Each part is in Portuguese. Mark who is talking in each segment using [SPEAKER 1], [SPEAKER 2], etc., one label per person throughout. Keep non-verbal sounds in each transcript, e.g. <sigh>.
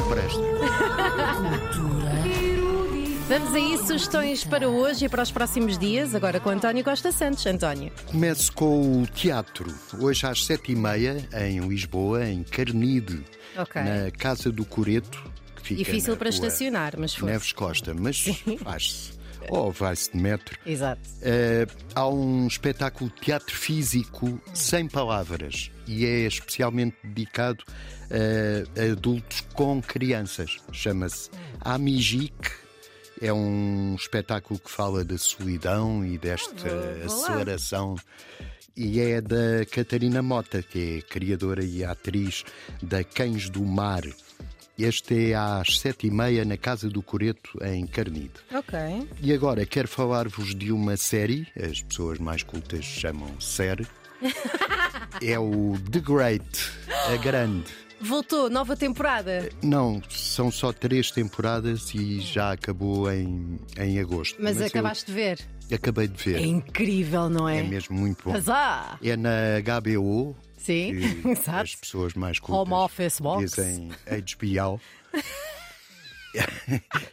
[SPEAKER 1] Presta.
[SPEAKER 2] Vamos aí, sugestões para hoje e para os próximos dias, agora com António Costa Santos. António,
[SPEAKER 1] Começo com o teatro. Hoje às sete e meia, em Lisboa, em Carnide,
[SPEAKER 2] Ok.
[SPEAKER 1] na Casa do Coreto. que fica
[SPEAKER 2] difícil
[SPEAKER 1] na
[SPEAKER 2] para
[SPEAKER 1] rua
[SPEAKER 2] estacionar, mas foi.
[SPEAKER 1] Neves Costa,
[SPEAKER 2] <laughs>
[SPEAKER 1] mas faz-se. Ou vai-se de metro.
[SPEAKER 2] Exato.
[SPEAKER 1] Eh, há um espetáculo de teatro físico sem palavras e é especialmente dedicado eh, a adultos com crianças. Chama-se Amigique. É um espetáculo que fala da solidão e desta
[SPEAKER 2] Ah, vou- vou lá.
[SPEAKER 1] aceleração. E é da Catarina Mota, que é criadora e atriz da Cães do Mar. Este é às sete e meia na Casa do Coreto, em Carnide.
[SPEAKER 2] Ok.
[SPEAKER 1] E agora quero falar-vos de uma série, as pessoas mais cultas chamam série. é o The Great, a grande.
[SPEAKER 2] Voltou, nova
[SPEAKER 1] Eh,
[SPEAKER 2] temporada.
[SPEAKER 1] Não, são só três temporadas e já acabou em, em agosto.
[SPEAKER 2] Mas,
[SPEAKER 1] eu
[SPEAKER 2] acabaste de ver.
[SPEAKER 1] acabei de
[SPEAKER 2] É
[SPEAKER 1] ver.
[SPEAKER 2] incrível, não é?
[SPEAKER 1] É mesmo muito bom.
[SPEAKER 2] Mas ah,
[SPEAKER 1] É na HBO.
[SPEAKER 2] Sim,
[SPEAKER 1] que
[SPEAKER 2] <laughs> exato.
[SPEAKER 1] As pessoas mais cultas
[SPEAKER 2] Home office box.
[SPEAKER 1] dizem HBO.
[SPEAKER 2] <laughs>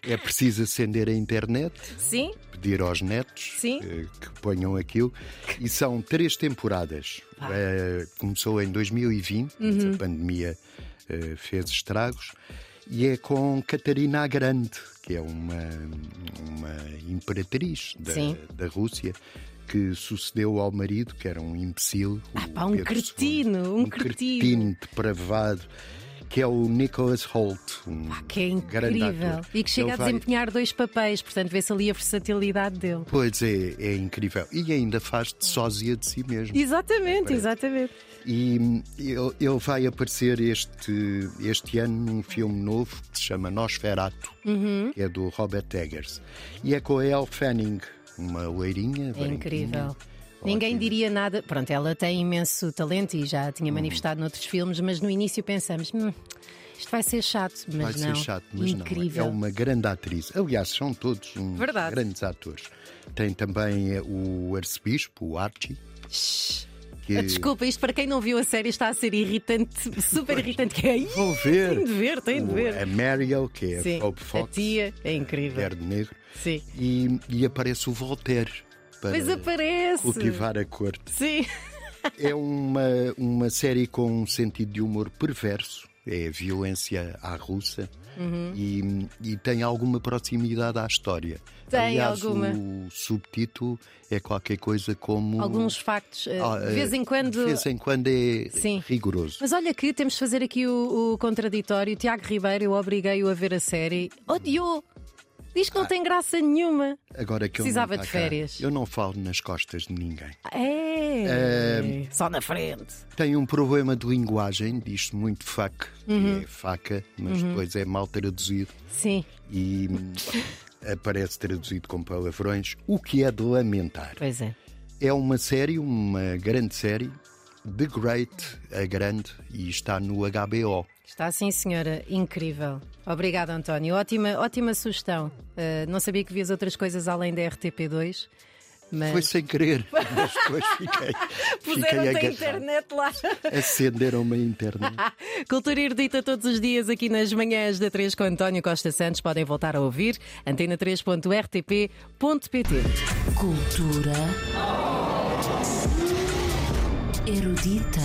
[SPEAKER 1] é preciso acender a internet
[SPEAKER 2] sim,
[SPEAKER 1] pedir aos netos
[SPEAKER 2] Sim.
[SPEAKER 1] eh, que ponham aquilo. E são três temporadas. Eh, começou em 2020,
[SPEAKER 2] Uhum.
[SPEAKER 1] mas a pandemia eh, fez estragos. E é com Catarina a Grande, que é uma, uma imperatriz da,
[SPEAKER 2] Sim.
[SPEAKER 1] da Rússia, que sucedeu ao marido, que era um imbecil. o
[SPEAKER 2] pá,
[SPEAKER 1] Pedro
[SPEAKER 2] um
[SPEAKER 1] II.
[SPEAKER 2] cretino, um cretino.
[SPEAKER 1] depravado, que é o Nicholas Holt. Um
[SPEAKER 2] que é
[SPEAKER 1] grande
[SPEAKER 2] incrível.
[SPEAKER 1] ator.
[SPEAKER 2] E que chega
[SPEAKER 1] Ele
[SPEAKER 2] a
[SPEAKER 1] vai-
[SPEAKER 2] desempenhar dois papéis, portanto vê-se ali a versatilidade dele.
[SPEAKER 1] Pois é, é incrível. E ainda faz de sósia de si mesmo. É,
[SPEAKER 2] Exatamente, exatamente.
[SPEAKER 1] E hum, ele, ele vai aparecer este, este ano num filme novo que se chama Nosferato,
[SPEAKER 2] Uhum.
[SPEAKER 1] que é do Robert Eggers. E é com a Elle Fanning, uma loirinha.
[SPEAKER 2] É
[SPEAKER 1] branquinha.
[SPEAKER 2] incrível. Ninguém diria nada. Pronto, ela tem imenso talento e já
[SPEAKER 1] Uhum.
[SPEAKER 2] tinha manifestado noutros filmes, mas no início pensamos: "Hum, isto vai ser chato, mas
[SPEAKER 1] Vai
[SPEAKER 2] não.
[SPEAKER 1] ser chato, mas
[SPEAKER 2] Incrível.
[SPEAKER 1] não. É uma grande atriz. Aliás, são todos uns
[SPEAKER 2] Verdade.
[SPEAKER 1] grandes atores. Tem também eh, o arcebispo, o Archie. que-
[SPEAKER 2] Ah, Desculpa, isto para quem não viu a série está a ser irritante, <laughs> super irritante. Que é isso?
[SPEAKER 1] Vou ver.
[SPEAKER 2] Tem de ver, tem de
[SPEAKER 1] O-
[SPEAKER 2] ver.
[SPEAKER 1] A Mariel, que é
[SPEAKER 2] Sim,
[SPEAKER 1] a Hope
[SPEAKER 2] a
[SPEAKER 1] Fox,
[SPEAKER 2] tia é incrível.
[SPEAKER 1] mulher de negro.
[SPEAKER 2] Sim.
[SPEAKER 1] E, e aparece o Voltaire. Para
[SPEAKER 2] Mas aparece.
[SPEAKER 1] cultivar a corte.
[SPEAKER 2] Sim.
[SPEAKER 1] É uma, uma série com um sentido de humor perverso, é violência à russa
[SPEAKER 2] Uhum.
[SPEAKER 1] e, e tem alguma proximidade à história.
[SPEAKER 2] Tem
[SPEAKER 1] Aliás,
[SPEAKER 2] alguma.
[SPEAKER 1] o subtítulo é qualquer coisa como.
[SPEAKER 2] Alguns factos. eh,
[SPEAKER 1] Ah,
[SPEAKER 2] de vez
[SPEAKER 1] eh,
[SPEAKER 2] em quando.
[SPEAKER 1] De vez em quando é
[SPEAKER 2] Sim.
[SPEAKER 1] rigoroso.
[SPEAKER 2] Mas olha que temos de fazer aqui o, o contraditório. Tiago Ribeiro, eu obriguei-o a ver a série. Odiou! Diz que não tem graça nenhuma.
[SPEAKER 1] Agora que eu não
[SPEAKER 2] Precisava
[SPEAKER 1] tá
[SPEAKER 2] de
[SPEAKER 1] cá,
[SPEAKER 2] férias.
[SPEAKER 1] eu não falo nas costas de ninguém.
[SPEAKER 2] É. Só na frente.
[SPEAKER 1] Tem um problema de linguagem, diz muito fac, que é
[SPEAKER 2] Uhum.
[SPEAKER 1] faca, mas depois é mal traduzido.
[SPEAKER 2] Sim,
[SPEAKER 1] e hum, aparece traduzido com palavrões, o que é de lamentar.
[SPEAKER 2] pois é.
[SPEAKER 1] É uma série, uma grande série, The Great, a grande, e está no HBO.
[SPEAKER 2] Está sim, senhora. Incrível. Obrigada, António. Ótima, ótima sugestão. Ah, não sabia que vias outras coisas além da RTP2, mas
[SPEAKER 1] Foi sem querer, mas depois fiquei, fiquei
[SPEAKER 2] <laughs> puseram-te a
[SPEAKER 1] agarrado.
[SPEAKER 2] internet lá.
[SPEAKER 1] Acenderam-me a internet.
[SPEAKER 2] <laughs> Cultura erudita todos os dias aqui nas manhãs da 3 com António Costa Santos. Podem voltar a ouvir antena3.rtp.pt.
[SPEAKER 3] Cultura erudita.